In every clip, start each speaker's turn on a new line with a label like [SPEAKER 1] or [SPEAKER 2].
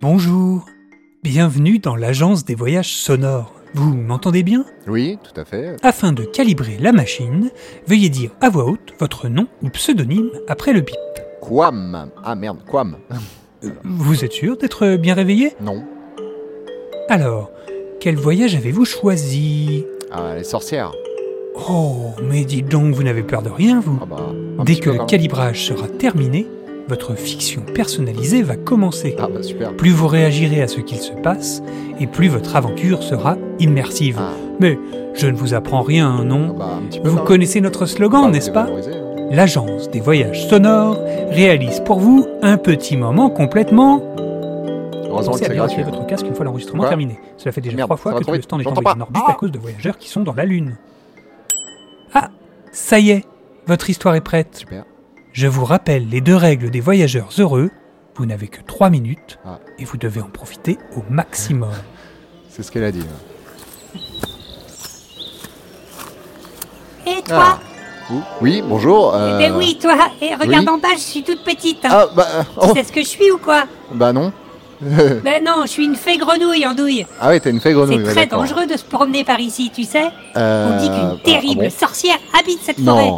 [SPEAKER 1] Bonjour, bienvenue dans l'agence des voyages sonores. Vous m'entendez bien
[SPEAKER 2] Oui, tout à fait.
[SPEAKER 1] Afin de calibrer la machine, veuillez dire à voix haute votre nom ou pseudonyme après le bip.
[SPEAKER 2] Quam. Ah merde, quam.
[SPEAKER 1] Vous êtes sûr d'être bien réveillé
[SPEAKER 2] Non.
[SPEAKER 1] Alors, quel voyage avez-vous choisi
[SPEAKER 2] Ah, les sorcières.
[SPEAKER 1] Oh, mais dites donc, vous n'avez peur de rien, vous
[SPEAKER 2] Ah bah. un
[SPEAKER 1] Dès
[SPEAKER 2] petit
[SPEAKER 1] que
[SPEAKER 2] peu
[SPEAKER 1] le
[SPEAKER 2] quand même.
[SPEAKER 1] calibrage sera terminé, votre fiction personnalisée va commencer.
[SPEAKER 2] Ah bah super.
[SPEAKER 1] Plus vous réagirez à ce qu'il se passe, et plus votre aventure sera immersive.
[SPEAKER 2] Ah,
[SPEAKER 1] Mais je ne vous apprends rien,
[SPEAKER 2] ah
[SPEAKER 1] non
[SPEAKER 2] bah un petit peu.
[SPEAKER 1] Vous
[SPEAKER 2] quand même.
[SPEAKER 1] connaissez notre
[SPEAKER 2] Bah,
[SPEAKER 1] slogan,
[SPEAKER 2] vous
[SPEAKER 1] n'est-ce pas
[SPEAKER 2] dévalorisez, hein.
[SPEAKER 1] L'agence des voyages sonores réalise pour vous un petit moment complètement.
[SPEAKER 2] Heureusement que
[SPEAKER 1] Pensez à
[SPEAKER 2] c'est
[SPEAKER 1] bien
[SPEAKER 2] gratuit.
[SPEAKER 1] retirer votre casque une fois l'enregistrement
[SPEAKER 2] Quoi
[SPEAKER 1] terminé. Cela fait déjà
[SPEAKER 2] Merde,
[SPEAKER 1] trois fois
[SPEAKER 2] ça va
[SPEAKER 1] que
[SPEAKER 2] trop
[SPEAKER 1] tout le
[SPEAKER 2] vite,
[SPEAKER 1] stand est
[SPEAKER 2] j'entends
[SPEAKER 1] tombé en
[SPEAKER 2] pas.
[SPEAKER 1] orbite
[SPEAKER 2] Ah
[SPEAKER 1] à cause de voyageurs qui sont dans la Lune. Ah, ça y est, votre histoire est prête.
[SPEAKER 2] Super.
[SPEAKER 1] Je vous rappelle les deux règles des voyageurs heureux. Vous n'avez que trois minutes
[SPEAKER 2] Ah.
[SPEAKER 1] et vous devez en profiter au maximum.
[SPEAKER 2] C'est ce qu'elle a dit.
[SPEAKER 3] Et toi
[SPEAKER 2] Vous Ah. Oui, bonjour.
[SPEAKER 3] Eh
[SPEAKER 2] euh,
[SPEAKER 3] ben oui, toi Et regarde en bas, je suis toute petite. hein.
[SPEAKER 2] Ah bah. euh, oh,
[SPEAKER 3] Tu sais ce que je suis ou quoi
[SPEAKER 2] Bah non.
[SPEAKER 3] Ben non, je suis une fée grenouille en douille.
[SPEAKER 2] Ah oui, t'es une fée grenouille.
[SPEAKER 3] C'est
[SPEAKER 2] ouais,
[SPEAKER 3] très
[SPEAKER 2] d'accord.
[SPEAKER 3] dangereux de se promener par ici, tu sais.
[SPEAKER 2] Euh,
[SPEAKER 3] On dit
[SPEAKER 2] ah,
[SPEAKER 3] qu'une
[SPEAKER 2] ah
[SPEAKER 3] terrible
[SPEAKER 2] bon
[SPEAKER 3] sorcière habite cette
[SPEAKER 2] Non.
[SPEAKER 3] forêt.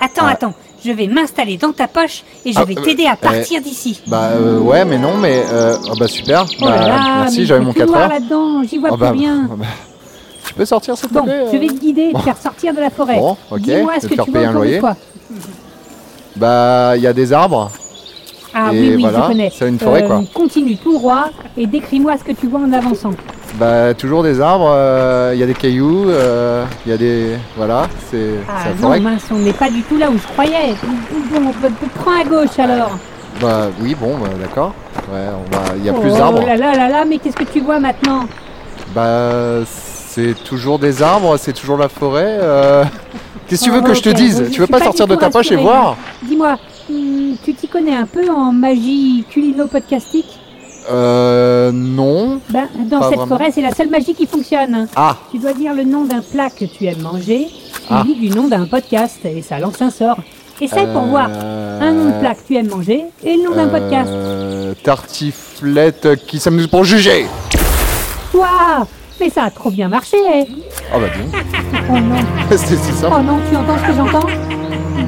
[SPEAKER 3] Attends,
[SPEAKER 2] Ah.
[SPEAKER 3] attends, je vais m'installer dans ta poche et je
[SPEAKER 2] Ah,
[SPEAKER 3] vais
[SPEAKER 2] euh,
[SPEAKER 3] t'aider
[SPEAKER 2] euh,
[SPEAKER 3] à partir d'ici.
[SPEAKER 2] Bah euh, ouais, mais non, mais. Euh... ah bah super.
[SPEAKER 3] Oh
[SPEAKER 2] bah,
[SPEAKER 3] là là,
[SPEAKER 2] merci,
[SPEAKER 3] mais
[SPEAKER 2] j'avais
[SPEAKER 3] il
[SPEAKER 2] mon
[SPEAKER 3] fait
[SPEAKER 2] 4
[SPEAKER 3] tout noir
[SPEAKER 2] heures.
[SPEAKER 3] là-dedans, j'y vois
[SPEAKER 2] Ah bah,
[SPEAKER 3] plus rien.
[SPEAKER 2] ah bah. Tu peux sortir s'il te
[SPEAKER 3] Bon,
[SPEAKER 2] plaît
[SPEAKER 3] je
[SPEAKER 2] euh
[SPEAKER 3] vais te guider, te faire sortir de la forêt.
[SPEAKER 2] Bon, ok,
[SPEAKER 3] Dis-moi
[SPEAKER 2] je
[SPEAKER 3] ce
[SPEAKER 2] vais
[SPEAKER 3] que
[SPEAKER 2] te faire payer
[SPEAKER 3] tu vois
[SPEAKER 2] un
[SPEAKER 3] autour de
[SPEAKER 2] loyer.
[SPEAKER 3] toi.
[SPEAKER 2] Bah, il y a des arbres.
[SPEAKER 3] Ah
[SPEAKER 2] Et
[SPEAKER 3] oui, oui,
[SPEAKER 2] voilà,
[SPEAKER 3] je connais. Euh,
[SPEAKER 2] c'est une forêt, quoi.
[SPEAKER 3] Continue tout droit et décris-moi ce que tu vois en avançant.
[SPEAKER 2] Bah toujours des arbres, euh, il y a des cailloux, euh, il y a des... Voilà, c'est
[SPEAKER 3] Ah
[SPEAKER 2] c'est la
[SPEAKER 3] non,
[SPEAKER 2] forêt.
[SPEAKER 3] mince, on n'est pas du tout là où je croyais. Bon, bah, prends à gauche alors.
[SPEAKER 2] Bah oui, bon, bah, d'accord. Ouais, on va- il y a plus
[SPEAKER 3] Oh
[SPEAKER 2] d'arbres.
[SPEAKER 3] là là là là, mais qu'est-ce que tu vois maintenant
[SPEAKER 2] Bah c'est toujours des arbres, c'est toujours la forêt. euh. Qu'est-ce que tu veux
[SPEAKER 3] Oh,
[SPEAKER 2] que je te
[SPEAKER 3] ok,
[SPEAKER 2] dise
[SPEAKER 3] je
[SPEAKER 2] Tu veux
[SPEAKER 3] suis
[SPEAKER 2] pas
[SPEAKER 3] pas
[SPEAKER 2] sortir
[SPEAKER 3] du
[SPEAKER 2] de
[SPEAKER 3] tout
[SPEAKER 2] ta poche et
[SPEAKER 3] rassurée,
[SPEAKER 2] voir
[SPEAKER 3] Dis-moi, hum, tu t'y connais un peu en magie culino-podcastique
[SPEAKER 2] Euh... Non.
[SPEAKER 3] Ben, dans
[SPEAKER 2] Pas
[SPEAKER 3] cette
[SPEAKER 2] vraiment.
[SPEAKER 3] forêt, c'est la seule magie qui fonctionne.
[SPEAKER 2] Ah,
[SPEAKER 3] Tu dois dire le nom d'un plat que tu aimes manger, suivi
[SPEAKER 2] Ah.
[SPEAKER 3] du nom d'un podcast, et ça lance un sort. Essaye pour
[SPEAKER 2] euh,
[SPEAKER 3] voir. Un nom de plat que tu aimes manger et le nom d'un podcast.
[SPEAKER 2] euh, Tartiflette qui s'amuse pour juger.
[SPEAKER 3] Waouh Mais ça a trop bien marché eh.
[SPEAKER 2] Oh bah dis
[SPEAKER 3] Oh non,
[SPEAKER 2] donc, c'est c'est ça.
[SPEAKER 3] oh non, tu entends ce que j'entends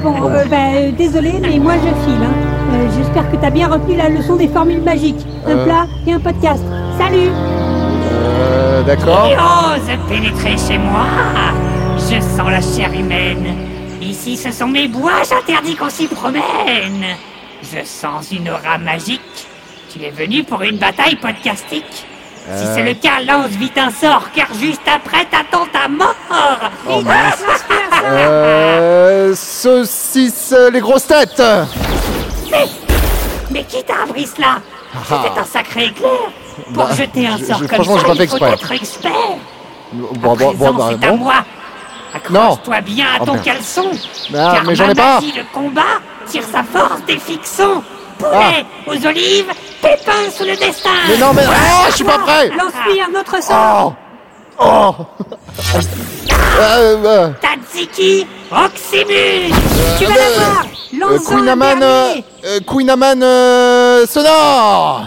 [SPEAKER 3] Bon, euh, bah, euh, désolé, mais moi je file. hein. Euh, J'espère que t'as bien retenu la leçon des formules magiques. Un
[SPEAKER 2] Euh.
[SPEAKER 3] plat et un podcast. Salut
[SPEAKER 2] Euh, d'accord.
[SPEAKER 3] oh,
[SPEAKER 4] Qui ose pénétrer chez moi Je sens la chair humaine. Ici, ce sont mes bois, j'interdis qu'on s'y promène. Je sens une aura magique. Tu es venu pour une bataille podcastique Si
[SPEAKER 2] Euh.
[SPEAKER 4] c'est le cas, lance vite un sort, car juste après, t'attends ta mort
[SPEAKER 2] Oh mince.
[SPEAKER 3] hein
[SPEAKER 2] Euh, saucisse, euh, les grosses têtes
[SPEAKER 4] Mais qui t'a appris cela C'était un sacré éclair Pour
[SPEAKER 2] Ah, Bah,
[SPEAKER 4] jeter un
[SPEAKER 2] je-
[SPEAKER 4] sort
[SPEAKER 2] je-
[SPEAKER 4] comme
[SPEAKER 2] franchement,
[SPEAKER 4] ça,
[SPEAKER 2] j'ai pas fait
[SPEAKER 4] il faut
[SPEAKER 2] exprès.
[SPEAKER 4] être expert
[SPEAKER 2] Bon,
[SPEAKER 4] Présent,
[SPEAKER 2] bah,
[SPEAKER 4] c'est à
[SPEAKER 2] bon.
[SPEAKER 4] moi. Accroche-toi bien à
[SPEAKER 2] Oh,
[SPEAKER 4] ton
[SPEAKER 2] merde.
[SPEAKER 4] caleçon.
[SPEAKER 2] Ah,
[SPEAKER 4] car
[SPEAKER 2] mais j'en ai
[SPEAKER 4] ma
[SPEAKER 2] pas.
[SPEAKER 4] magie, le combat tire sa force des fictions. Poulet aux olives, pépins sous le destin.
[SPEAKER 2] Ah. Mais non, mais... Ah, je suis pas prêt
[SPEAKER 3] Lance-lui un autre sort
[SPEAKER 2] Oh Oh euh, euh,
[SPEAKER 4] Tadziki, Oxymus.
[SPEAKER 3] Tu vas l'avoir
[SPEAKER 2] euh,
[SPEAKER 3] Lance-en
[SPEAKER 2] Queen
[SPEAKER 3] un
[SPEAKER 2] Amman, euh,
[SPEAKER 3] dernier.
[SPEAKER 2] euh, Queen Amman, euh, sonore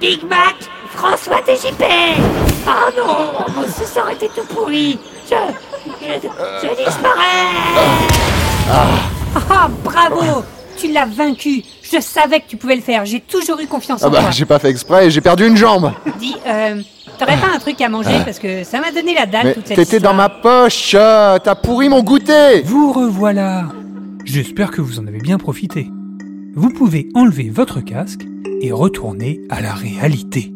[SPEAKER 4] Big Mac, François TJP. Oh non, mon sort était tout pourri. Je, je, je disparais.
[SPEAKER 3] Ah, bravo Tu l'as vaincu Je savais que tu pouvais le faire, j'ai toujours eu confiance en
[SPEAKER 2] Ah bah,
[SPEAKER 3] toi.
[SPEAKER 2] j'ai pas fait exprès et j'ai perdu une jambe
[SPEAKER 3] Dis, euh, t'aurais pas un truc à manger parce que ça m'a donné la dalle
[SPEAKER 2] Ah. Mais
[SPEAKER 3] toute cette
[SPEAKER 2] t'étais dans
[SPEAKER 3] histoire.
[SPEAKER 2] ma poche euh, T'as pourri mon goûter
[SPEAKER 1] Vous revoilà J'espère que vous en avez bien profité. Vous pouvez enlever votre casque et retourner à la réalité.